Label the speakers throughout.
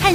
Speaker 1: 探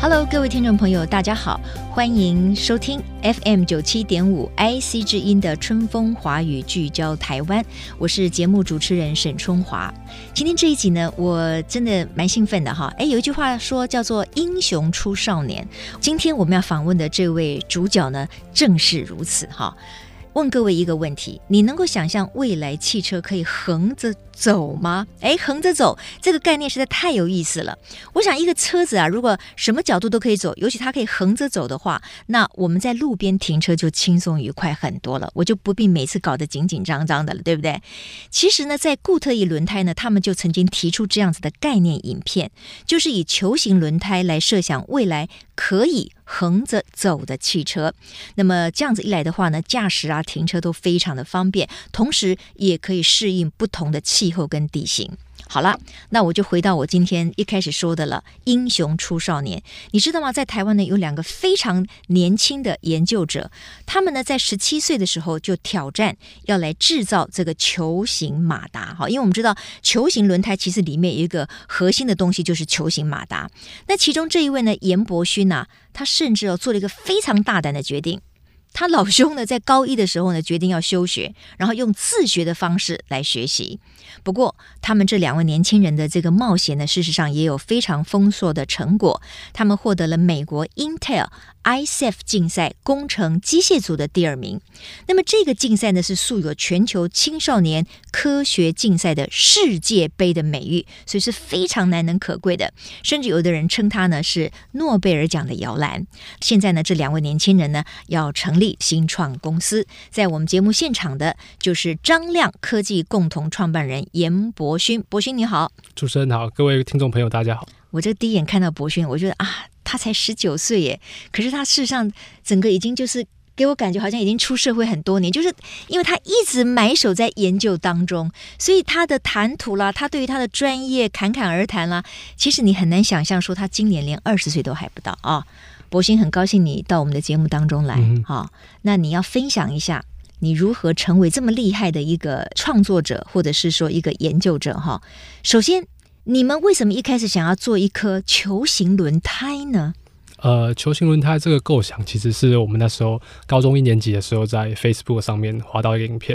Speaker 2: Hello，各位听众朋友，大家好，欢迎收听 FM 九七点五 IC 之音的春风华语聚焦台湾，我是节目主持人沈春华。今天这一集呢，我真的蛮兴奋的哈。哎，有一句话说叫做“英雄出少年”，今天我们要访问的这位主角呢，正是如此哈。问各位一个问题：你能够想象未来汽车可以横着走吗？哎，横着走这个概念实在太有意思了。我想一个车子啊，如果什么角度都可以走，尤其它可以横着走的话，那我们在路边停车就轻松愉快很多了，我就不必每次搞得紧紧张张的了，对不对？其实呢，在固特异轮胎呢，他们就曾经提出这样子的概念影片，就是以球形轮胎来设想未来可以横着走的汽车。那么这样子一来的话呢，驾驶啊、停车都非常的方便，同时也可以适应不同的气候跟地形。好了，那我就回到我今天一开始说的了，英雄出少年，你知道吗？在台湾呢，有两个非常年轻的研究者，他们呢在十七岁的时候就挑战要来制造这个球形马达，哈，因为我们知道球形轮胎其实里面有一个核心的东西就是球形马达。那其中这一位呢，严伯勋呐、他甚至哦做了一个非常大胆的决定。他老兄呢，在高一的时候呢，决定要休学，然后用自学的方式来学习。不过，他们这两位年轻人的这个冒险呢，事实上也有非常丰硕的成果。他们获得了美国 Intel ICEF 竞赛工程机械组的第二名。那么，这个竞赛呢，是素有全球青少年科学竞赛的世界杯的美誉，所以是非常难能可贵的。甚至有的人称它呢是诺贝尔奖的摇篮。现在呢，这两位年轻人呢要成立新创公司，在我们节目现场的就是张亮科技共同创办人严博勋。博勋你好，
Speaker 3: 主持人好，各位听众朋友大家好。
Speaker 2: 我这第一眼看到博勋，我觉得啊，他才十九岁耶，可是他事实上整个已经就是。给我感觉好像已经出社会很多年，就是因为他一直埋首在研究当中，所以他的谈吐啦，他对于他的专业侃侃而谈啦，其实你很难想象说他今年连二十岁都还不到啊。博鑫很高兴你到我们的节目当中来
Speaker 3: 嗯
Speaker 2: 啊、那你要分享一下你如何成为这么厉害的一个创作者，或者是说一个研究者哈。首先，你们为什么一开始想要做一颗球形轮胎呢？
Speaker 3: 呃，球形轮胎这个构想其实是我们那时候高中一年级的时候在 Facebook 上面划到一个影片，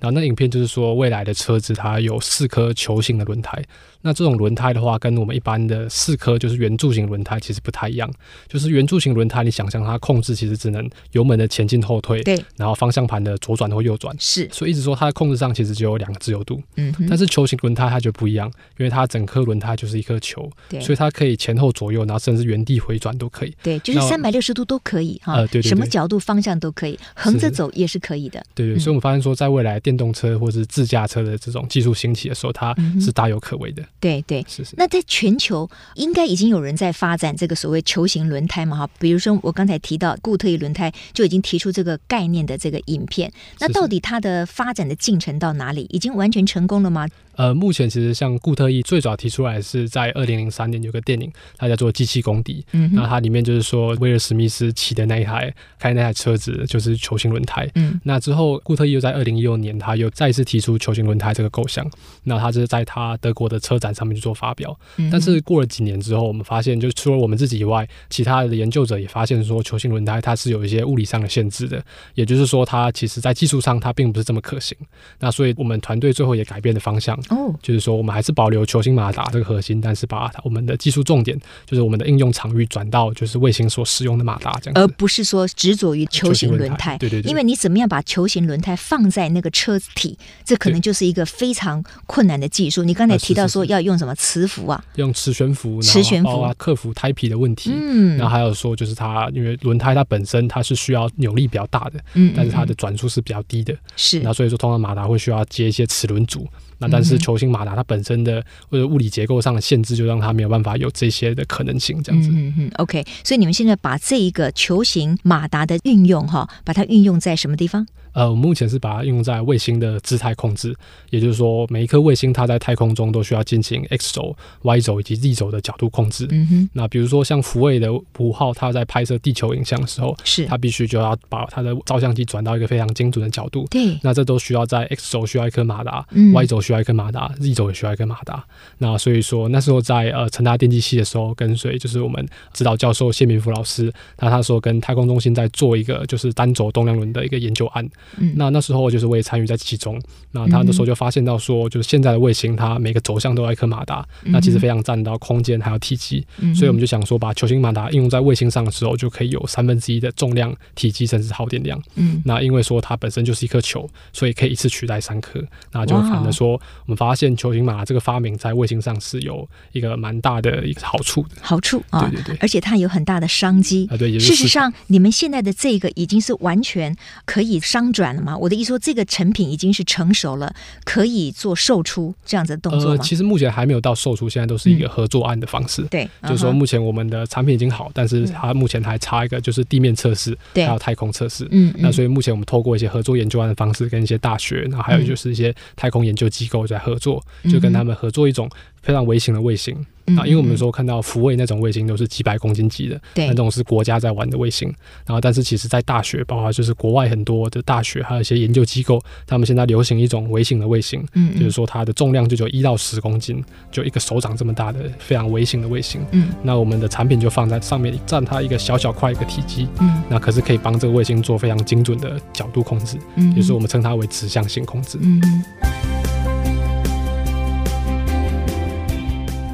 Speaker 3: 然后那影片就是说未来的车子它有四颗球形的轮胎，那这种轮胎的话跟我们一般的四颗就是圆柱形轮胎其实不太一样，就是圆柱形轮胎你想象它控制其实只能油门的前进后退，
Speaker 2: 对，
Speaker 3: 然后方向盘的左转或右转，
Speaker 2: 是，
Speaker 3: 所以一直说它的控制上其实只有两个自由度，
Speaker 2: 嗯哼，
Speaker 3: 但是球形轮胎它就不一样，因为它整颗轮胎就是一颗球，
Speaker 2: 对
Speaker 3: 所以它可以前后左右，然后甚至原地回转都可以。
Speaker 2: 对，就是
Speaker 3: 那
Speaker 2: 三百六十度都可以哈、
Speaker 3: 呃对对对
Speaker 2: 什么角度方向都可以，横着
Speaker 3: 是
Speaker 2: 走也是可以的。
Speaker 3: 对对，
Speaker 2: 嗯
Speaker 3: 所以我们发现说，在未来电动车或是自驾车的这种技术兴起的时候，它
Speaker 2: 嗯哼
Speaker 3: 是大有可为的。
Speaker 2: 对对。
Speaker 3: 是是，
Speaker 2: 那在全球应该已经有人在发展这个所谓球形轮胎嘛哈，比如说我刚才提到固特异轮胎就已经提出这个概念的这个影片，那
Speaker 3: 是
Speaker 2: 到底它的发展的进程到哪里？已经完全成功了吗？
Speaker 3: 呃，目前其实像固特异最早提出来是在二零零三年有个电影，它叫做《机器公敌》，
Speaker 2: 嗯
Speaker 3: 那
Speaker 2: 哼，
Speaker 3: 它里面就是说威尔史密斯骑的那一台开那台车子就是球形轮胎，
Speaker 2: 嗯，
Speaker 3: 那之后，固特又在二零一六年，他又再一次提出球形轮胎这个构想。那他是在他德国的车展上面去做发表。
Speaker 2: 嗯哼
Speaker 3: 但是过了几年之后，我们发现，就除了我们自己以外，其他的研究者也发现说，球形轮胎它是有一些物理上的限制的，也就是说，它其实在技术上它并不是这么可行。那所以我们团队最后也改变了方向。
Speaker 2: 哦，
Speaker 3: 就是说，我们还是保留球形马达这个核心，但是把它我们的技术重点，就是我们的应用场域转到就是卫星所使用的马达这样子。
Speaker 2: 而不是说执着于球形轮
Speaker 3: 球形
Speaker 2: 胎，
Speaker 3: 轮胎对对对
Speaker 2: 因为你怎么样把球形轮胎放在那个车体，这可能就是一个非常困难的技术。你刚才
Speaker 3: 啊是
Speaker 2: 提到
Speaker 3: 是
Speaker 2: 说
Speaker 3: 是
Speaker 2: 要用什么磁浮啊，
Speaker 3: 用磁悬浮，然后
Speaker 2: 磁悬浮
Speaker 3: 包括克服胎皮的问题。
Speaker 2: 嗯
Speaker 3: 然后还有说，就是它因为轮胎它本身它是需要扭力比较大的，
Speaker 2: 嗯
Speaker 3: 但是它
Speaker 2: 嗯
Speaker 3: 的转速是比较低的，
Speaker 2: 是
Speaker 3: 那所以说通常马达会需要接一些齿轮组。那但是
Speaker 2: 嗯哼
Speaker 3: 球形马达它本身的或者物理结构上的限制，就让它没有办法有这些的可能性，这样子。
Speaker 2: 嗯嗯嗯，OK。所以你们现在把这一个球形马达的运用哈，把它运用在什么地方？
Speaker 3: 呃，我们目前是把它应用在卫星的姿态控制，也就是说，每一颗卫星它在太空中都需要进行 X 轴、Y 轴以及 Z 轴的角度控制。
Speaker 2: 嗯哼，
Speaker 3: 那比如说像福卫的五号，它在拍摄地球影像的时候，
Speaker 2: 是
Speaker 3: 它必须就要把它的照相机转到一个非常精准的角度。
Speaker 2: 对，
Speaker 3: 那这都需要在 X 轴需要一颗马达、
Speaker 2: 嗯
Speaker 3: y 轴需要一颗马达，Z 轴也需要一颗马达。那所以说那时候在呃成大电机系的时候，跟随就是我们指导教授谢明福老师，那他说跟太空中心在做一个就是单轴动量轮的一个研究案。
Speaker 2: 嗯
Speaker 3: 那那时候就是我也参与在其中，那他那时候就发现到说，就是现在的卫星它每个轴向都要一颗马达，那其实非常占到空间还有体积，
Speaker 2: 嗯嗯哼
Speaker 3: 所以我们就想说把球形马达应用在卫星上的时候，就可以有三分之一的重量、体积甚至耗电量。
Speaker 2: 嗯
Speaker 3: 那因为说它本身就是一颗球，所以可以一次取代三颗。那就
Speaker 2: 哇
Speaker 3: 反而说，我们发现球形马达这个发明在卫星上是有一个蛮大的一个好处的。
Speaker 2: 好处啊，
Speaker 3: 对对对
Speaker 2: 而且它有很大的商机。
Speaker 3: 啊，对，也就是
Speaker 2: 事实上，你们现在的这个已经是完全可以商转了吗？我的意思说，这个成品已经是成熟了，可以做售出这样子的动作
Speaker 3: 呃，
Speaker 2: 吗？
Speaker 3: 其实目前还没有到售出，现在都是一
Speaker 2: 嗯
Speaker 3: 个合作案的方式。
Speaker 2: 对，
Speaker 3: 就是说，
Speaker 2: 嗯哼嗯
Speaker 3: 目前我们的产品已经好，但是它目前还差一个就是地面测试，
Speaker 2: 对
Speaker 3: 还有太空测试。
Speaker 2: 嗯，
Speaker 3: 那所
Speaker 2: 以
Speaker 3: 以目前我们透过一些合作研究案的方式，跟一些大学，然后还有就是一些太空研究机构在合作，
Speaker 2: 嗯
Speaker 3: 就跟他们合作一种非常微型的卫星。啊，因为我们有时候看到福卫那种卫星都是几百公斤级的，
Speaker 2: 嗯对
Speaker 3: 那种是国家在玩的卫星。然后，但是其实在大学，包括就是国外很多的大学，还有一些研究机构，他们现在流行一种微型的卫星，
Speaker 2: 嗯
Speaker 3: 就是说它的重量就只有一到十公斤，就一个手掌这么大的非常微型的卫星。
Speaker 2: 嗯，
Speaker 3: 那我们的产品就放在上面，占它一个小小块一个体积，
Speaker 2: 嗯
Speaker 3: 那可是可以帮这个卫星做非常精准的角度控制，
Speaker 2: 嗯，
Speaker 3: 也就是我们称它为指向性控制。
Speaker 2: 嗯嗯。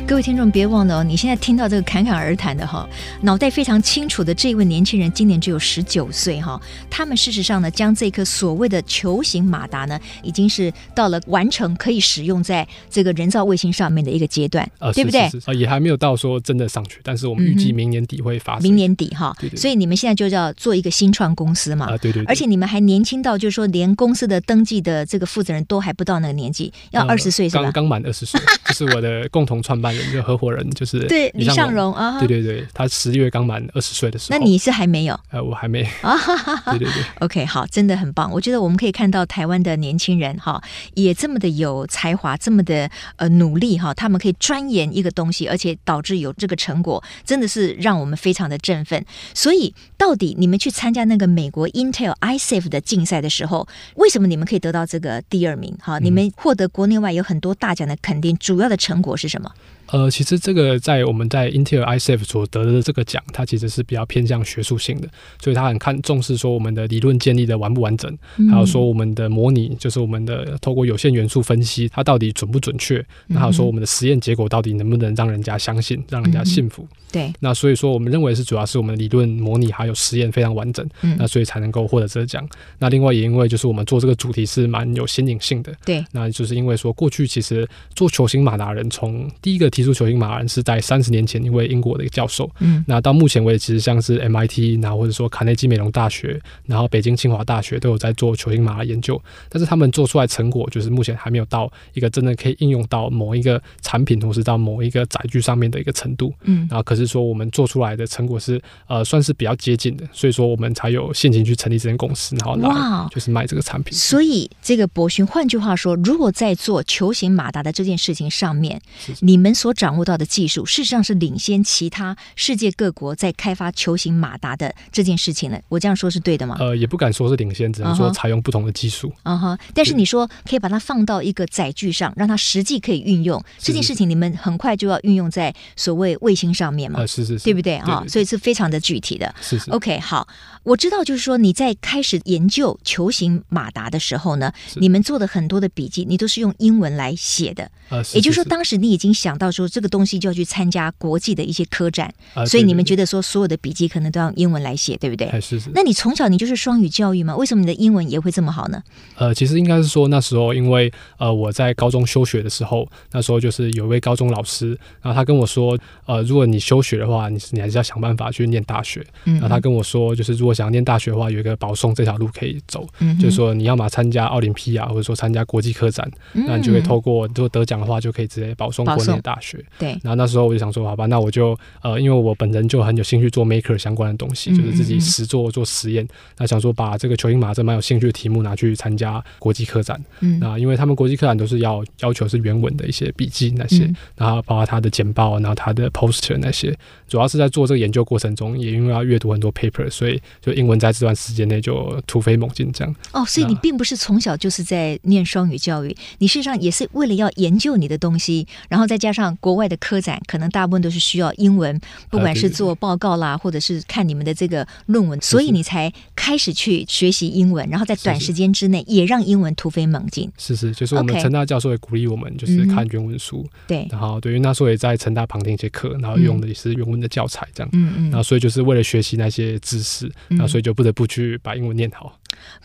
Speaker 2: 各位听众，别忘了哦，你现在听到这个侃侃而谈的哈，脑袋非常清楚的这位年轻人，今年只有十九岁哈。他们事实上呢，将这颗所谓的球形马达呢，已经是到了完成可以使用在这个人造卫星上面的一个阶段，啊
Speaker 3: 呃，
Speaker 2: 对不
Speaker 3: 是
Speaker 2: 对？
Speaker 3: 是是是呃，也还没有到说真的上去，但是我们预
Speaker 2: 嗯
Speaker 3: 计
Speaker 2: 哼
Speaker 3: 明年底会发生。
Speaker 2: 明年底哈，
Speaker 3: 啊对对对
Speaker 2: 所以你们现在就要做一个新创公司嘛。
Speaker 3: 啊，对对对，
Speaker 2: 而且你们还年轻到，就是说连公司的登记的这个负责人都还不到那个年纪，要
Speaker 3: 呃
Speaker 2: 二十岁是吧
Speaker 3: 刚？刚满二 十岁，就是我的共同创办人，就合伙人，就是
Speaker 2: 对，李尚
Speaker 3: 荣。
Speaker 2: 荣啊哈，
Speaker 3: 对对对，他十月刚满二十岁的时
Speaker 2: 那
Speaker 3: 候，
Speaker 2: 你是还没有
Speaker 3: 呃，我 还没，
Speaker 2: 啊？哈哈哈
Speaker 3: 对对对，
Speaker 2: OK，好，真的很棒。我觉得我们可以看到台湾的年轻人哈，也这么的有才华，这么的呃努力哈，他们可以钻研一个东西，而且导致有这个成果，真的是让我们非常的振奋。所以，到底你们去参加那个美国 Intel ISAF 的竞赛的时候，为什么你们可以得到这个第二名？哈，你们获得国内外有很多大奖的肯定，主要的成果是什么？
Speaker 3: 呃，其实这个在我们在 Intel ICF 所得的这个奖，它其实是比较偏向学术性的，所以它很看重视说我们的理论建立的完不完整，还有说我们的模拟，就是我们的透过有限元素分析，它到底准不准确，那还有说我们的实验结果到底能不能让人家相信，让人家信服。
Speaker 2: 对，
Speaker 3: 那所以说，我们认为是主要是我们理论模拟还有实验非常完整，
Speaker 2: 嗯
Speaker 3: 那所以才能够获得这个奖。那另外也因为就是我们做这个主题是蛮有新颖性的，
Speaker 2: 对，
Speaker 3: 那就是因为说过去其实做球形马达人，从第一个提出球形马达人是在三十年前一位英国的一个教授，
Speaker 2: 嗯
Speaker 3: 那到目前为止，其实像是 MIT，然后或者说卡内基梅隆大学，然后北京清华大学都有在做球形马达研究，但是他们做出来成果就是目前还没有到一个真的可以应用到某一个产品，或是到某一个载具上面的一个程度。
Speaker 2: 嗯
Speaker 3: 然后可是说我们做出来的成果是呃算是比较接近的，所以说我们才有现行去成立这间公司，然后
Speaker 2: 哇哦
Speaker 3: 来就是卖这个产品。
Speaker 2: 所以，这个博勋，换句话说，如果在做球形马达的这件事情上面，你们所掌握到的技术，事实上是领先其他世界各国在开发球形马达的这件事情了。我这样说是对的吗？
Speaker 3: 呃，也不敢说是领先，只能说
Speaker 2: 嗯哼
Speaker 3: 采用不同的技术。
Speaker 2: 啊哈、但是你说可以把它放到一个载具上，让它实际可以运用这件事情，你们很快就要运用在所谓卫星上面嘛，
Speaker 3: 呃，是是是，
Speaker 2: 嗯对不对哦啊？
Speaker 3: 对
Speaker 2: 所以是非常的具体的。
Speaker 3: 是是。
Speaker 2: OK，好，我知道，就是说你在开始研究球形马达的时候呢，
Speaker 3: 是
Speaker 2: 你们做的很多的笔记，你都是用英文来写的，
Speaker 3: 呃，是
Speaker 2: 也就是说，
Speaker 3: 是
Speaker 2: 当时你已经想到说这个东西就要去参加国际的一些科展，
Speaker 3: 呃
Speaker 2: 所以
Speaker 3: 对
Speaker 2: 你们
Speaker 3: 对
Speaker 2: 觉得说所有的笔记可能都要用英文来写，对不对？
Speaker 3: 哎，是是。
Speaker 2: 那你从小你就是双语教育吗？为什么你的英文也会这么好呢？
Speaker 3: 呃，其实应该是说那时候，因为呃我在高中休学的时候，那时候就是有一位高中老师，然后他跟我说，呃，如果你休学的话，你你还是要想办法去念大学。
Speaker 2: 嗯
Speaker 3: 然啊后他跟我说，就是如果想要念大学的话，有一个保送这条路可以走，
Speaker 2: 嗯哼
Speaker 3: 就是说你要么参加
Speaker 2: 嗯
Speaker 3: 奥林匹亚，或者说参加国际科展，那你就可以透过如果得奖的话，就可以直接保送
Speaker 2: 保
Speaker 3: 国内
Speaker 2: 送
Speaker 3: 的大学。
Speaker 2: 对，
Speaker 3: 然后那时候我就想说，好吧，那我就呃，因为我本人就很有兴趣做 maker 相关的东西，
Speaker 2: 嗯
Speaker 3: 就是自己
Speaker 2: 嗯
Speaker 3: 实做做实验。那想说把这个球形马这蛮有兴趣的题目拿去参加国际科展。
Speaker 2: 嗯，
Speaker 3: 那因为他们国际科展都是要要求是原文的一些笔记那些，
Speaker 2: 嗯
Speaker 3: 然后包括他的简报，然后他的 poster 那些，主要是在做这个研究过程中，也因为要阅读很多 paper，所以就英文在这段时间内就突飞猛进这样。
Speaker 2: 哦，所以你
Speaker 3: 那
Speaker 2: 并不是从小就是在念双语教育，你事实上也是为了要研究你的东西，然后再加上国外的科展，可能大部分都是需要英文，不管是
Speaker 3: 啊对对
Speaker 2: 做报告啦，或者是看你们的这个论文，所以你才开始去学习英文，然后在短
Speaker 3: 是
Speaker 2: 时间之内也让英文突飞猛进。
Speaker 3: 是是，就是我们
Speaker 2: OK
Speaker 3: 陈大教授也鼓励我们，就是
Speaker 2: 嗯哼
Speaker 3: 看原文书，
Speaker 2: 对，
Speaker 3: 然后对，因为那时候也在成大旁听一些课，然后用的也是原文的教材这样。
Speaker 2: 嗯嗯，
Speaker 3: 然后，所以就是为了学习那些知识，那、所以就不得不去把英文念好。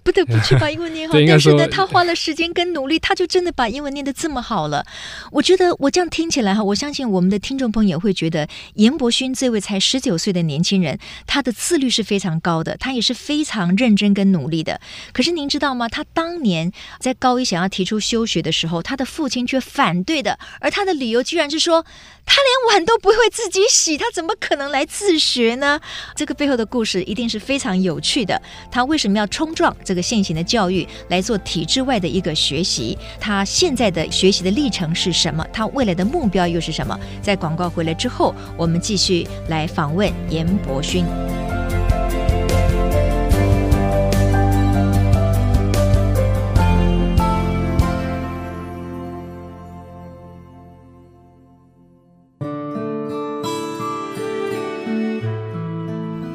Speaker 2: 不得不去把英文 念好
Speaker 3: 对，应该
Speaker 2: 但是
Speaker 3: 说
Speaker 2: 呢，他花了时间跟努力，他就真的把英文念得这么好了。我觉得我这样听起来哈，我相信我们的听众朋友会觉得，严伯勋这位才十九岁的年轻人，他的自律是非常高的，他也是非常认真跟努力的。可是您知道吗？他当年在高一想要提出休学的时候，他的父亲却反对的，而他的理由居然是说，他连碗都不会自己洗，他怎么可能来自学呢？这个背后的故事一定是非常有趣的。他为什么要冲撞这个现行的教育来做体制外的一个学习？他现在的学习的历程是什么？他未来的目标又是什么？在广告回来之后，我们继续来访问严伯勋。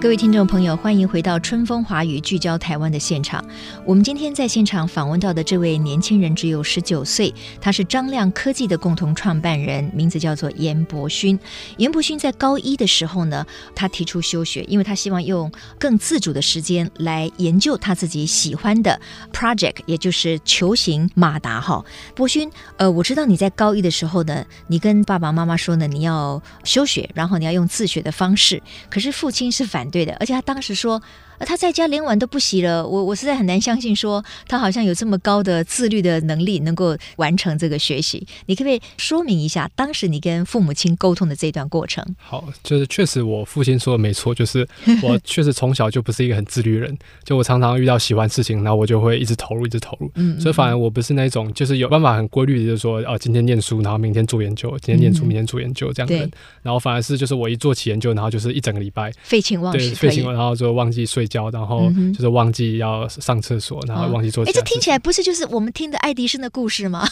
Speaker 2: 各位听众朋友，欢迎回到春风华语聚焦台湾的现场。我们今天在现场访问到的这位年轻人只有十九岁，他是张亮科技的共同创办人，名字叫做严伯勋。严伯勋在高一的时候呢，他提出休学，因为他希望用更自主的时间来研究他自己喜欢的 project，也就是球形马达哈。伯勋，呃，我知道你在高一的时候呢，你跟爸爸妈妈说呢，你要休学，然后你要用自学的方式。可是父亲是反对的，而且他当时说，呃、他在家连碗都不洗了，我我实在很难相信说他好像有这么高的自律的能力，能够完成这个学习。你可不可以说明一下当时你跟父母亲沟通的这段过程？
Speaker 3: 好，就是确实我父亲说的没错，就是我确实从小就不是一个很自律的 人，就我常常遇到喜欢的事情，然后我就会一直投入，一直投入。
Speaker 2: 嗯
Speaker 3: 所以反而我不是那种就是有办法很规律的，就是说哦，今天念书，然后明天做研究，今天念书，
Speaker 2: 嗯
Speaker 3: 明天做研究这样的人
Speaker 2: 对。
Speaker 3: 然后反而是就是我一做起研究，然后就是一整个礼拜，
Speaker 2: 废寝忘
Speaker 3: 对，
Speaker 2: 食，
Speaker 3: 睡
Speaker 2: 哦可以
Speaker 3: 醒。然后就忘记睡觉，然后
Speaker 2: 嗯哼
Speaker 3: 就是忘记要上厕所，然啊后忘记做
Speaker 2: 哎，
Speaker 3: 其
Speaker 2: 这
Speaker 3: 他
Speaker 2: 听
Speaker 3: 事
Speaker 2: 起
Speaker 3: 情。
Speaker 2: 来啊不是就是我们听的爱迪生的故 事吗？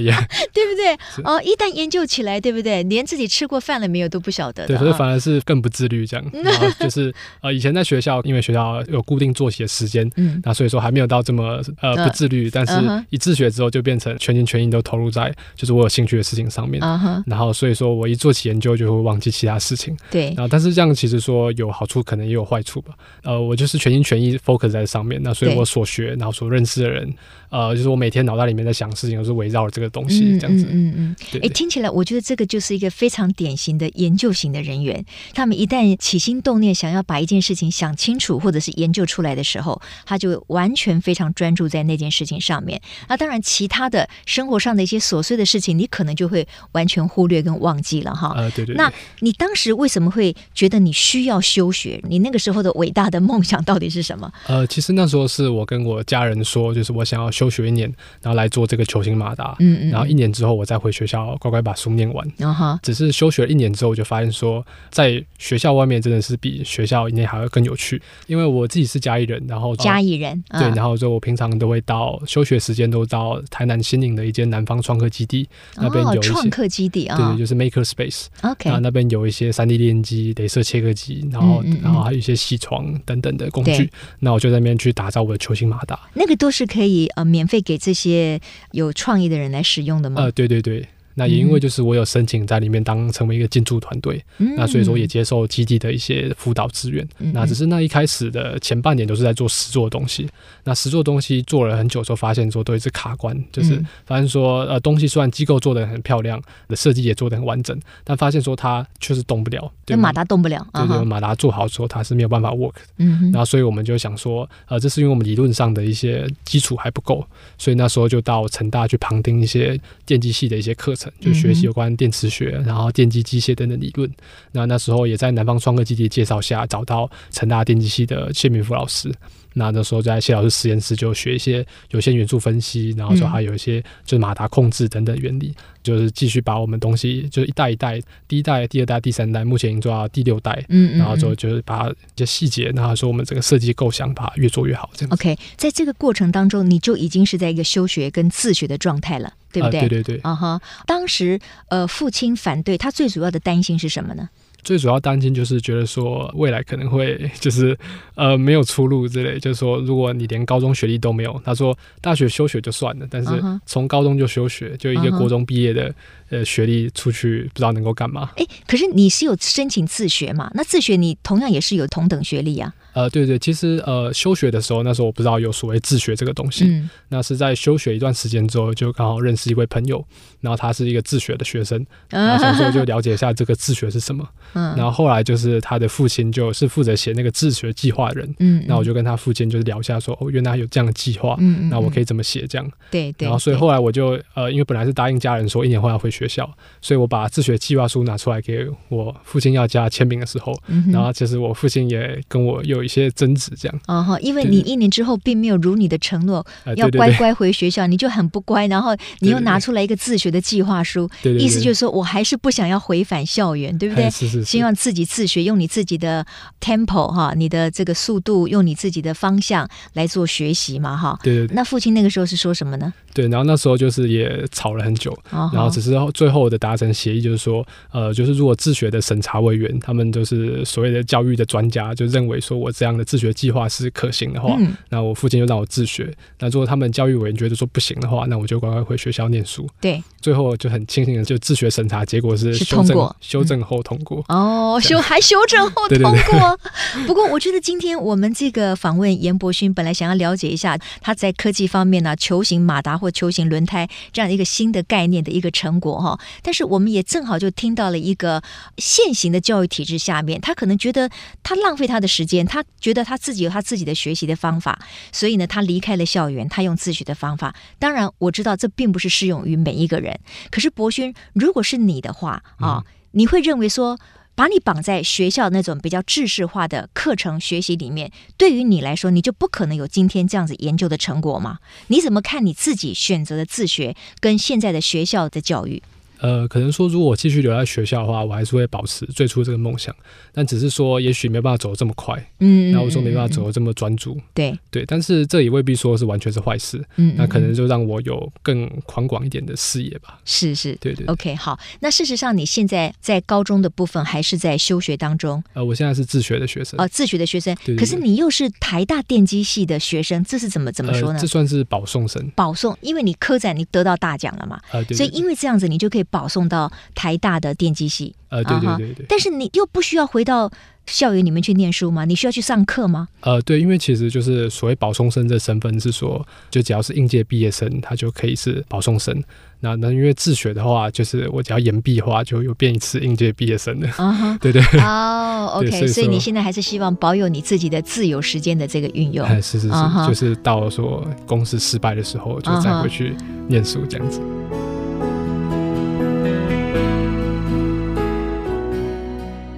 Speaker 3: 也
Speaker 2: 对不对
Speaker 3: 是？
Speaker 2: 哦，一旦研究起来，对不对？连自己吃过饭了没有都不晓得
Speaker 3: 对，
Speaker 2: 的
Speaker 3: 所以
Speaker 2: 啊
Speaker 3: 反而是更不自 律这样。然后就是呃，以前在学校，因为学校有固定作息的时间，
Speaker 2: 嗯，
Speaker 3: 那所以说还没有到这么呃
Speaker 2: 嗯
Speaker 3: 不自律，但
Speaker 2: 嗯哼
Speaker 3: 是一自学之后就变成全心全意都投入在就是我有兴趣的事情上面。
Speaker 2: 啊哈，
Speaker 3: 然后所以说我一做起研究就会忘记其他事情。
Speaker 2: 对
Speaker 3: 然，啊后但是这样其实说有好处，可能也有坏处吧。呃，我就是全心全意 focus 在上面，那所以
Speaker 2: 对
Speaker 3: 我所学，然后所认识的人，呃，就是我每天脑袋里面在想事情都是围绕着这个东西这样子。
Speaker 2: 嗯嗯嗯
Speaker 3: 对
Speaker 2: 哎，
Speaker 3: 对
Speaker 2: 听起来我觉得这个就是一个非常典型的研究型的人员。他们一旦起心动念，想要把一件事情想清楚，或者是研究出来的时候，他就完全非常专注在那件事情上面。那当然，其他的生活上的一些琐碎的事情，你可能就会完全忽略跟忘记了哈。
Speaker 3: 呃，对对对
Speaker 2: 那。你当时为什么会觉得你需要休学？你那个时候的伟大的梦想到底是什么？
Speaker 3: 呃，其实那时候是我跟我家人说，就是我想要休学一年，然后来做这个球形马达。
Speaker 2: 嗯嗯，
Speaker 3: 然后一年之后，我再回学校乖乖把书念完。
Speaker 2: 然后
Speaker 3: 只是休学了一年之后，我就发现说，在学校外面真的是比学校以内还要更有趣。因为我自己是嘉义人，然后
Speaker 2: 嘉义人，
Speaker 3: 对，
Speaker 2: 嗯
Speaker 3: 然后就我平常都会到休学时间都到台南新营的一间南方创客基地那边
Speaker 2: 哦
Speaker 3: 有一些，
Speaker 2: 创客基地
Speaker 3: 对
Speaker 2: 啊
Speaker 3: 对，就是 Maker Space，
Speaker 2: ，OK，
Speaker 3: 那那边有一些3 D 打印机、镭射切割机，然后
Speaker 2: 嗯嗯嗯
Speaker 3: 然后还有一些细床等等的工
Speaker 2: 对
Speaker 3: 具，那我就在那边去打造我的球形马达。
Speaker 2: 那个都是可以呃免费给这些有创意的人来使用的吗？
Speaker 3: 呃，对对对。那也因为就是我有申请在里面当成为一个进驻团队，
Speaker 2: 嗯
Speaker 3: 那所以说也接受基地的一些辅导资源。
Speaker 2: 嗯
Speaker 3: 那只是那一开始的前半年都是在做实做的东西，那实做的东西做了很久之后，发现说都一直卡关，就是
Speaker 2: 嗯
Speaker 3: 发现说呃东西虽然机构做的很漂亮，设计也做的很完整，但发现说它确实动不了。
Speaker 2: 那马达动不了啊
Speaker 3: 对
Speaker 2: 哈
Speaker 3: 对，，马达做好之后它是没有办法 work 的。
Speaker 2: 嗯哼，
Speaker 3: 那所以我们就想说，呃，这是因为我们理论上的一些基础还不够，所以那时候就到成大去旁听一些电机系的一些课程，就学习有关电磁学，然后电机机械等等理论。那那时候也在南方创客基地的介绍下，找到成大电机系的谢明福老师。那那时候在谢老师实验室就学一些有些元素分析，然后说还有一些就是马达控制等等原理，就是继续把我们东西就是一代一代，第一代、第二代、第三代，目前已经做到第六代，
Speaker 2: 嗯嗯，
Speaker 3: 然后
Speaker 2: 嗯
Speaker 3: 就就是把一些细节，然后说我们整个设计构想把它越做越好这样子。
Speaker 2: OK，在这个过程当中，你就已经是在一个休学跟自学的状态了，对不对？
Speaker 3: 啊对对对，
Speaker 2: 啊哈，当时呃，父亲反对，他最主要的担心是什么呢？
Speaker 3: 最主要担心就是觉得说未来可能会就是呃没有出路之类，就是说如果你连高中学历都没有，他说大学休学就算了，但是
Speaker 2: 嗯哼
Speaker 3: 从高中就休学，就一个
Speaker 2: 嗯哼
Speaker 3: 国中毕业的呃学历出去不知道能够干嘛。
Speaker 2: 诶，可是你是有申请自学嘛？那自学你同样也是有同等学历啊。
Speaker 3: 呃，对对，其实呃休学的时候，那时候我不知道有所谓自学这个东西，
Speaker 2: 嗯
Speaker 3: 那是在休学一段时间之后，就刚好认识一位朋友，然后他是一个自学的学生，然后想说就了解一下这个自学是什么。
Speaker 2: 嗯
Speaker 3: 然后后来就是他的父亲就是负责写那个自学计划的人，
Speaker 2: 嗯，
Speaker 3: 那我
Speaker 2: 就
Speaker 3: 就跟他父亲就是聊一下说，哦，原来有这样的计划，
Speaker 2: 嗯，嗯
Speaker 3: 那我可
Speaker 2: 以
Speaker 3: 以怎么写这样。
Speaker 2: 对对，
Speaker 3: 然后所以
Speaker 2: 对
Speaker 3: 后来我就呃，因为本来是答应家人说一年后要回学校，所以我把自学计划书拿出来给我父亲要加签名的时候，
Speaker 2: 嗯哼
Speaker 3: 然后其实我父亲也跟我有一些争执这样。
Speaker 2: 哦哈，因为
Speaker 3: 对
Speaker 2: 你一年之后并没有如你的承诺
Speaker 3: 呃，
Speaker 2: 要
Speaker 3: 对对
Speaker 2: 乖
Speaker 3: 对
Speaker 2: 乖回学校，你就很不乖，然后你又
Speaker 3: 对对
Speaker 2: 拿
Speaker 3: 对
Speaker 2: 出来一个自学的计划书，
Speaker 3: 对对对，
Speaker 2: 意思就是说我还是不想要回返校园，对不对
Speaker 3: 哎？是是是
Speaker 2: 希，望自己自学，用你自己的 tempo 哈，你的这个速度，用你自己的方向来做学习嘛哈。
Speaker 3: 对对对
Speaker 2: 那父亲那个时候是说什么呢？
Speaker 3: 对。然后那时候就是也吵了很久，
Speaker 2: 哦
Speaker 3: 然后只是后最后的达成协议就是说，呃，就是如果自学的审查委员他们就是所谓的教育的专家，就认为说我这样的自学计划是可行的话，
Speaker 2: 嗯，
Speaker 3: 那我父亲就让我自学。那如果他们教育委员觉得说不行的话，那我就乖乖回学校念书。
Speaker 2: 对，
Speaker 3: 最后就很庆幸的，就自学审查结果是
Speaker 2: 是
Speaker 3: 修
Speaker 2: 通
Speaker 3: 正
Speaker 2: 过
Speaker 3: 修正后通过。
Speaker 2: 哦，
Speaker 3: 这
Speaker 2: 修还修正 后
Speaker 3: 对
Speaker 2: 通
Speaker 3: 对
Speaker 2: 过。
Speaker 3: 对
Speaker 2: 不过我觉得今天我们这个访问严伯勋，本来想要了解一下他在科技方面呢、球形马达或球形轮胎这样一个新的概念的一个成果哈、但是我们也正好就听到了一个现行的教育体制下面，他可能觉得他浪费他的时间，他觉得他自己有他自己的学习的方法，所以呢，他离开了校园，他用自学的方法。当然，我知道这并不是适用于每一个人，可是博勋，如果是你的话啊、
Speaker 3: 嗯
Speaker 2: 你会认为说，把你绑在学校那种比较制式化的课程学习里面，对于你来说，你就不可能有今天这样子研究的成果吗？你怎么看你自己选择的自学跟现在的学校的教育？
Speaker 3: 呃，可能说如果我继续留在学校的话，我还是会保持最初这个梦想，但只是说也许没办法走得这么快，
Speaker 2: 嗯
Speaker 3: 然后说没办法走，得这么专注。
Speaker 2: 对，
Speaker 3: 对，但是这也未必说是完全是坏事，
Speaker 2: 嗯，
Speaker 3: 那可
Speaker 2: 嗯
Speaker 3: 能就让我有更宽广一点的视野吧。
Speaker 2: 是是。
Speaker 3: 对对对
Speaker 2: OK，好。那事实上，你现在在高中的部分还是在休学当中，
Speaker 3: 呃，我现在是自学的学生，
Speaker 2: 哦，自学的学生。
Speaker 3: 对对
Speaker 2: 可是
Speaker 3: 对
Speaker 2: 你又是台大电机系的学生，这是怎么怎么说
Speaker 3: 呃，
Speaker 2: 呢
Speaker 3: 这？算是保送生。
Speaker 2: 保送，因为你科展你得到大奖了嘛，
Speaker 3: 呃，对
Speaker 2: 所
Speaker 3: 对
Speaker 2: 以因为这样子，你就可以保送到台大的电机系。
Speaker 3: 呃，对
Speaker 2: 啊哈
Speaker 3: 对对对，
Speaker 2: 但是你又不需要回到校园里面去念书吗？你需要去上课吗？
Speaker 3: 呃，对，因为其实就是所谓保送生这身份是说，就只要是应届毕业生，他就可以是保送生。那那因为自学的话，就是我只要延毕的话，就又变一次应届毕业生了。
Speaker 2: 啊哈。
Speaker 3: 对对，
Speaker 2: 哦、o
Speaker 3: 对
Speaker 2: k
Speaker 3: 所以
Speaker 2: 所以你
Speaker 3: 说
Speaker 2: 现在还是希望保有你自己的自由时间的这个运用。
Speaker 3: 哎，是是
Speaker 2: 啊
Speaker 3: 是，
Speaker 2: 哈
Speaker 3: 就是到了说公司失败的时候，就
Speaker 2: 啊
Speaker 3: 再
Speaker 2: 哈
Speaker 3: 回去念书这样子。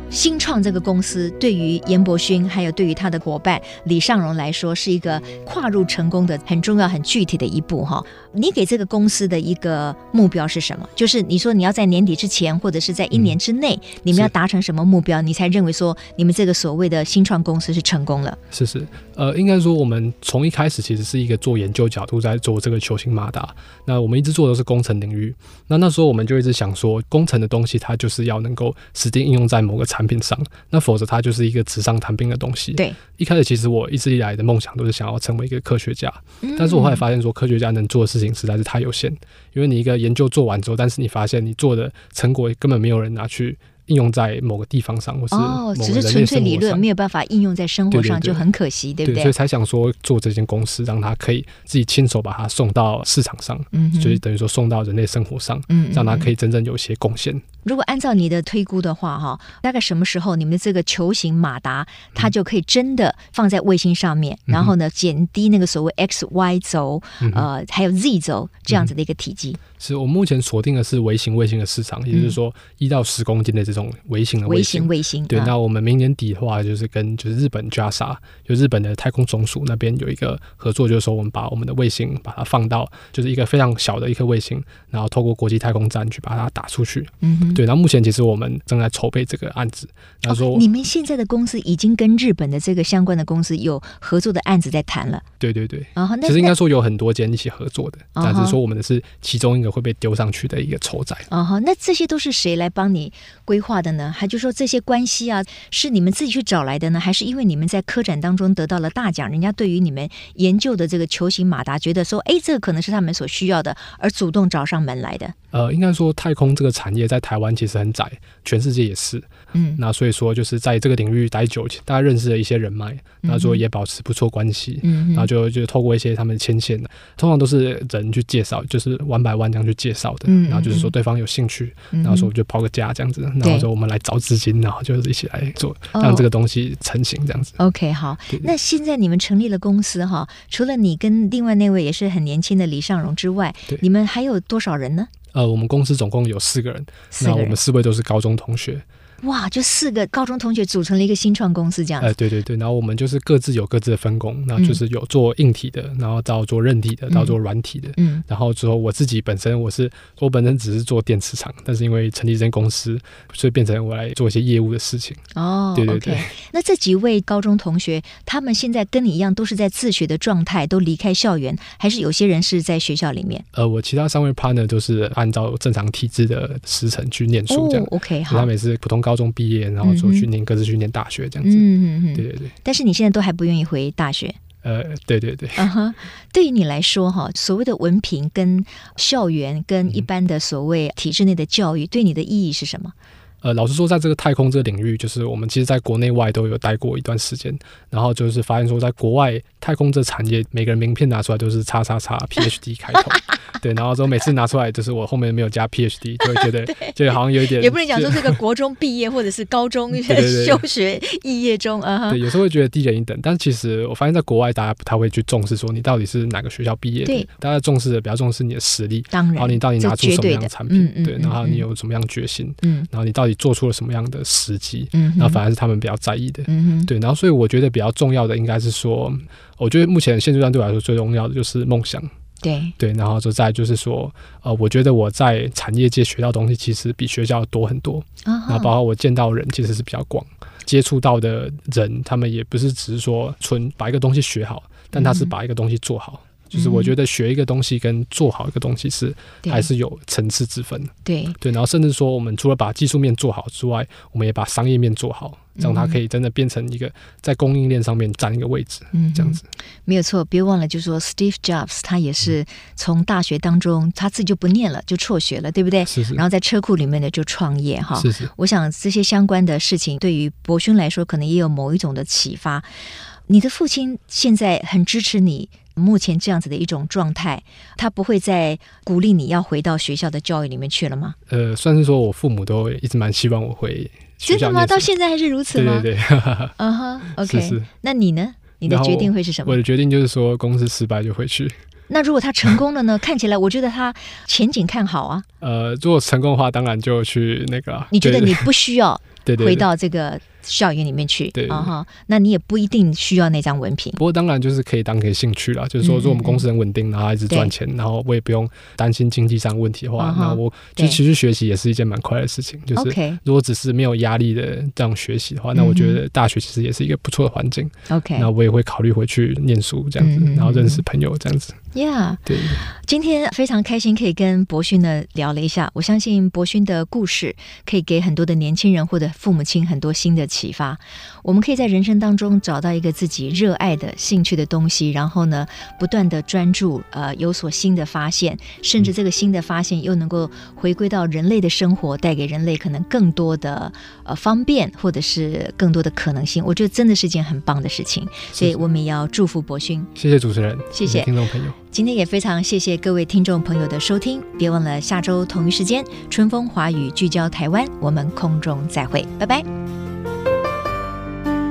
Speaker 2: 新创这个公司对于严伯勋还有对于他的伙伴李尚荣来说，是一个跨入成功的很重要、很具体的一步哈。你给这个公司的一个目标是什么？就是你说你要在年底之前，或者是在一年之内，
Speaker 3: 嗯
Speaker 2: 你们要达成什么目标，你才认为说你们这个所谓的新创公司是成功了？
Speaker 3: 是是，呃，应该说我们从一开始其实是一个做研究角度在做这个球形马达。那我们一直做的都是工程领域。那那时候我们就一直想说，工程的东西它就是要能够实际应用在某个产品上，那否则它就是一个纸上谈兵的东西。
Speaker 2: 对，
Speaker 3: 一开始其实我一直以来的梦想都是想要成为一个科学家，
Speaker 2: 嗯
Speaker 3: 但是我后来发现说，科学家能做的事情实在是太有限，因为你一个研究做完之后，但是你发现你做的成果根本没有人拿去应用在某个地方上，或是某
Speaker 2: 哦，
Speaker 3: 个
Speaker 2: 只
Speaker 3: 人
Speaker 2: 是
Speaker 3: 类
Speaker 2: 纯粹
Speaker 3: 生活
Speaker 2: 理论，
Speaker 3: 上
Speaker 2: 没有办法应用在生活
Speaker 3: 对对
Speaker 2: 上，
Speaker 3: 对
Speaker 2: 就很可惜，对不
Speaker 3: 所以？才想说做这间公司，让它可以自己亲手把它送到市场上，
Speaker 2: 嗯哼，
Speaker 3: 就是等于说送到人类生活上，
Speaker 2: 嗯，嗯
Speaker 3: 让它
Speaker 2: 嗯
Speaker 3: 可以真正有一些贡献。
Speaker 2: 如果按照你的推估的话，哈，大概什么时候你们的这个球形马达它就可以真的放在卫星上面，
Speaker 3: 嗯
Speaker 2: 然后呢减低那个所谓 x y 轴，呃，还有 z 轴这
Speaker 3: 嗯
Speaker 2: 样子的一个体积，
Speaker 3: 是我目前锁定的是微型卫星的市场，也就是说一到十公斤的这种微型的
Speaker 2: 嗯微
Speaker 3: 卫
Speaker 2: 型
Speaker 3: 星。
Speaker 2: 卫星。
Speaker 3: 对，
Speaker 2: 啊
Speaker 3: 那我们明年底的话，就是跟就是日本 JAXA，就日本的太空总署那边有一个合作，就是说我们把我们的卫星把它放到就是一个非常小的一颗卫星，然后透过国际太空站去把它打出去。
Speaker 2: 嗯哼。
Speaker 3: 对，然后目前其实我们正在筹备这个案子，然后说、
Speaker 2: 哦你们现在的公司已经跟日本的这个相关的公司有合作的案子在谈了，
Speaker 3: 对对对，
Speaker 2: 然后那
Speaker 3: 其实应
Speaker 2: 那
Speaker 3: 该说有很多间一起合作的，
Speaker 2: 啊哈
Speaker 3: 但是说我们的是其中一个会被丢上去的一个筹载。
Speaker 2: 哦哈，那这些都是谁来帮你规划的呢？还就说这些关系啊，是你们自己去找来的呢，还是因为你们在科展当中得到了大奖，人家对于你们研究的这个球形马达，觉得说，哎，这个可能是他们所需要的，而主动找上门来的？
Speaker 3: 呃，应该说太空这个产业在台湾其实很窄，全世界也是。
Speaker 2: 嗯
Speaker 3: 那所以说就是在这个领域待久，大家认识了一些人脉，那说也保持不错关系。
Speaker 2: 嗯
Speaker 3: 然后
Speaker 2: 哼
Speaker 3: 就就透过一些他们的牵线的，通常都是人去介绍，就是弯百弯这样去介绍的。
Speaker 2: 嗯嗯
Speaker 3: 然后就是说
Speaker 2: 嗯
Speaker 3: 对方有兴趣，
Speaker 2: 嗯哼
Speaker 3: 然后说我们就抛个价这样子，然后说我们来找资金，然后就是一起来做，
Speaker 2: 哦
Speaker 3: 让这个东西成型这样子。
Speaker 2: OK，好。
Speaker 3: 对对
Speaker 2: 那现在你们成立了公司哈，除了你跟另外那位也是很年轻的李尚荣之外
Speaker 3: 对，
Speaker 2: 你们还有多少人呢？
Speaker 3: 呃，我们公司总共有四个人，
Speaker 2: 四
Speaker 3: 那
Speaker 2: 个
Speaker 3: 我们
Speaker 2: 人。
Speaker 3: 四位都是高中同学。
Speaker 2: 哇，就四个高中同学组成了一个新创公司这样子。
Speaker 3: 呃，对对对，然后我们就是各自有各自的分工，然后
Speaker 2: 啊嗯
Speaker 3: 就是有做硬体的，然后到做韧体的，到做软体的。
Speaker 2: 嗯，
Speaker 3: 然后之后我自己本身我是我本身只是做电磁场，但是因为成立这间公司，所以变成我来做一些业务的事情。
Speaker 2: 哦，
Speaker 3: 对对对
Speaker 2: o k 那这几位高中同学，他们现在跟你一样都是在自学的状态，都离开校园，还是有些人是在学校里面？
Speaker 3: 呃，我其他三位 partner 都是按照正常体制的时程去念书这样。
Speaker 2: ，OK，
Speaker 3: 所以
Speaker 2: 好，
Speaker 3: 他
Speaker 2: 嗯
Speaker 3: 们也是普通高中毕业，然后就去念各自去念大学这样子。
Speaker 2: 嗯嗯
Speaker 3: 对
Speaker 2: 嗯，
Speaker 3: 对对，
Speaker 2: 但是你现在都还不愿意回大学，
Speaker 3: 呃，对对对，
Speaker 2: 嗯哼，对于你来说哈，所谓的文凭跟校园跟
Speaker 3: 嗯
Speaker 2: 一般的所谓体制内的教育，对你的意义是什么？
Speaker 3: 呃，老实说，在这个太空这个领域，就是我们其实在国内外都有待过一段时间，然后就是发现说，在国外太空这产业，每个人名片拿出来都是叉叉叉 PhD 开 头，对，然后之后每次拿出来，就是我后面没有加 PhD，就 会觉得就好像有一点，
Speaker 2: 也不能讲说
Speaker 3: 就
Speaker 2: 这个国中毕业或者是高中
Speaker 3: 对对
Speaker 2: 休学肄业中，嗯哼
Speaker 3: 对，，有时候会觉得低人一等，但其实我发现，在国外大家不太会去重视说你到底是哪个学校毕业
Speaker 2: 对
Speaker 3: 的，大家重视的比较重视你的实力，
Speaker 2: 当
Speaker 3: 然后你
Speaker 2: 然，
Speaker 3: 到底
Speaker 2: 这
Speaker 3: 拿出
Speaker 2: 绝
Speaker 3: 什么
Speaker 2: 对
Speaker 3: 样
Speaker 2: 的
Speaker 3: 的产品，
Speaker 2: 嗯嗯
Speaker 3: 对，然后
Speaker 2: 嗯
Speaker 3: 你
Speaker 2: 嗯
Speaker 3: 有什么样的决心，
Speaker 2: 嗯
Speaker 3: 然后你到底做出了什么样的时机，
Speaker 2: 嗯哼，
Speaker 3: 那反而是他们比较在意的。
Speaker 2: 嗯哼，
Speaker 3: 对，然后所以我觉得比较重要的应该是说，我觉得目前现阶段对我来说最重要的就是梦想，
Speaker 2: 对。
Speaker 3: 对，然后就再来就是说，呃，我觉得我在产业界学到的东西其实比学校多很多，
Speaker 2: 啊
Speaker 3: 然
Speaker 2: 哈
Speaker 3: 后包括我见到人其实是比较广，接触到的人他们也不是只是说纯把一个东西学好，但他是
Speaker 2: 嗯
Speaker 3: 把一个东西做好。就是我觉得学一个东西跟做好一个东西是
Speaker 2: 对
Speaker 3: 还是有层次之分的，
Speaker 2: 对，
Speaker 3: 对。然后甚至说，我们除了把技术面做好之外，我们也把商业面做好，让它可以真的变成一个在供应链上面占一个位置，
Speaker 2: 嗯，
Speaker 3: 这样子。
Speaker 2: 没有错。别忘了，就是说 Steve Jobs 他也是
Speaker 3: 嗯
Speaker 2: 从大学当中他自己就不念了，就辍学了，对不对？
Speaker 3: 是是
Speaker 2: 哎然后在车库里面呢就创业哈。
Speaker 3: 是是，
Speaker 2: 我想这些相关的事情对于博勋来说，可能也有某一种的启发。你的父亲现在很支持你目前这样子的一种状态，他不会再鼓励你要回到学校的教育里面去了吗？
Speaker 3: 呃，算是说我父母都一直蛮希望我回学
Speaker 2: 真
Speaker 3: 校
Speaker 2: 的吗？
Speaker 3: 念
Speaker 2: 到
Speaker 3: 书。
Speaker 2: 现在还是如此
Speaker 3: 对
Speaker 2: 吗
Speaker 3: 对？对，哈哈哈
Speaker 2: 嗯哼，OK。
Speaker 3: 是是。
Speaker 2: 那你呢？你的
Speaker 3: 然后
Speaker 2: 决定会是什么
Speaker 3: 我？的决定就是说，公司失败就回去。
Speaker 2: 那如果他成功了 呢？看起来我觉得他前景看好啊。
Speaker 3: 呃，如果成功的话，当然就去那个啊。
Speaker 2: 你觉得
Speaker 3: 对
Speaker 2: 你不需要
Speaker 3: 对对对
Speaker 2: 回到这个校园里面去
Speaker 3: 对对对
Speaker 2: 啊哈？那你也不一定需要那张文凭。
Speaker 3: 不过当然就是可以当给兴趣啦，就是说，
Speaker 2: 嗯
Speaker 3: 如果我们
Speaker 2: 嗯
Speaker 3: 公司很稳定，然后一直赚
Speaker 2: 对
Speaker 3: 钱，然后我也不用担心经济上问题的话
Speaker 2: 嗯，哼
Speaker 3: 那我就
Speaker 2: 对
Speaker 3: 其实学习也是一件蛮快乐的事情。就是
Speaker 2: OK
Speaker 3: 如果只是没有压力的这样学习的话，那我
Speaker 2: 嗯
Speaker 3: 觉得大学其实也是一个不错的环境。
Speaker 2: OK，
Speaker 3: 那我也会考虑回去念书这样子
Speaker 2: 嗯嗯嗯，
Speaker 3: 然后认识朋友这样子。
Speaker 2: Yeah，
Speaker 3: 对，
Speaker 2: 今天非常开心可以跟博勋呢聊了一下，我相信博勋的故事可以给很多的年轻人或者父母亲很多新的启发。我们可以在人生当中找到一个自己热爱的兴趣的东西，然后呢，不断的专注，呃，有所新的发现，甚至这个新的发现又能够回归到人类的生活，带给人类可能更多的呃方便，或者是更多的可能性。我觉得真的是件很棒的事情，所以我们也要祝福博勋。
Speaker 3: 谢谢主持人，
Speaker 2: 谢谢
Speaker 3: 听众朋友。
Speaker 2: 今天也非常谢谢各位听众朋友的收听，别忘了下周同一时间，春风华语聚焦台湾，我们空中再会，拜拜。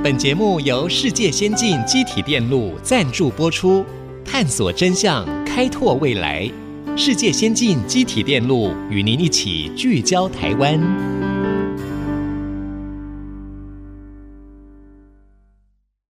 Speaker 4: 本节目由世界先进机体电路赞助播出，探索真相，开拓未来。世界先进机体电路与您一起聚焦台湾。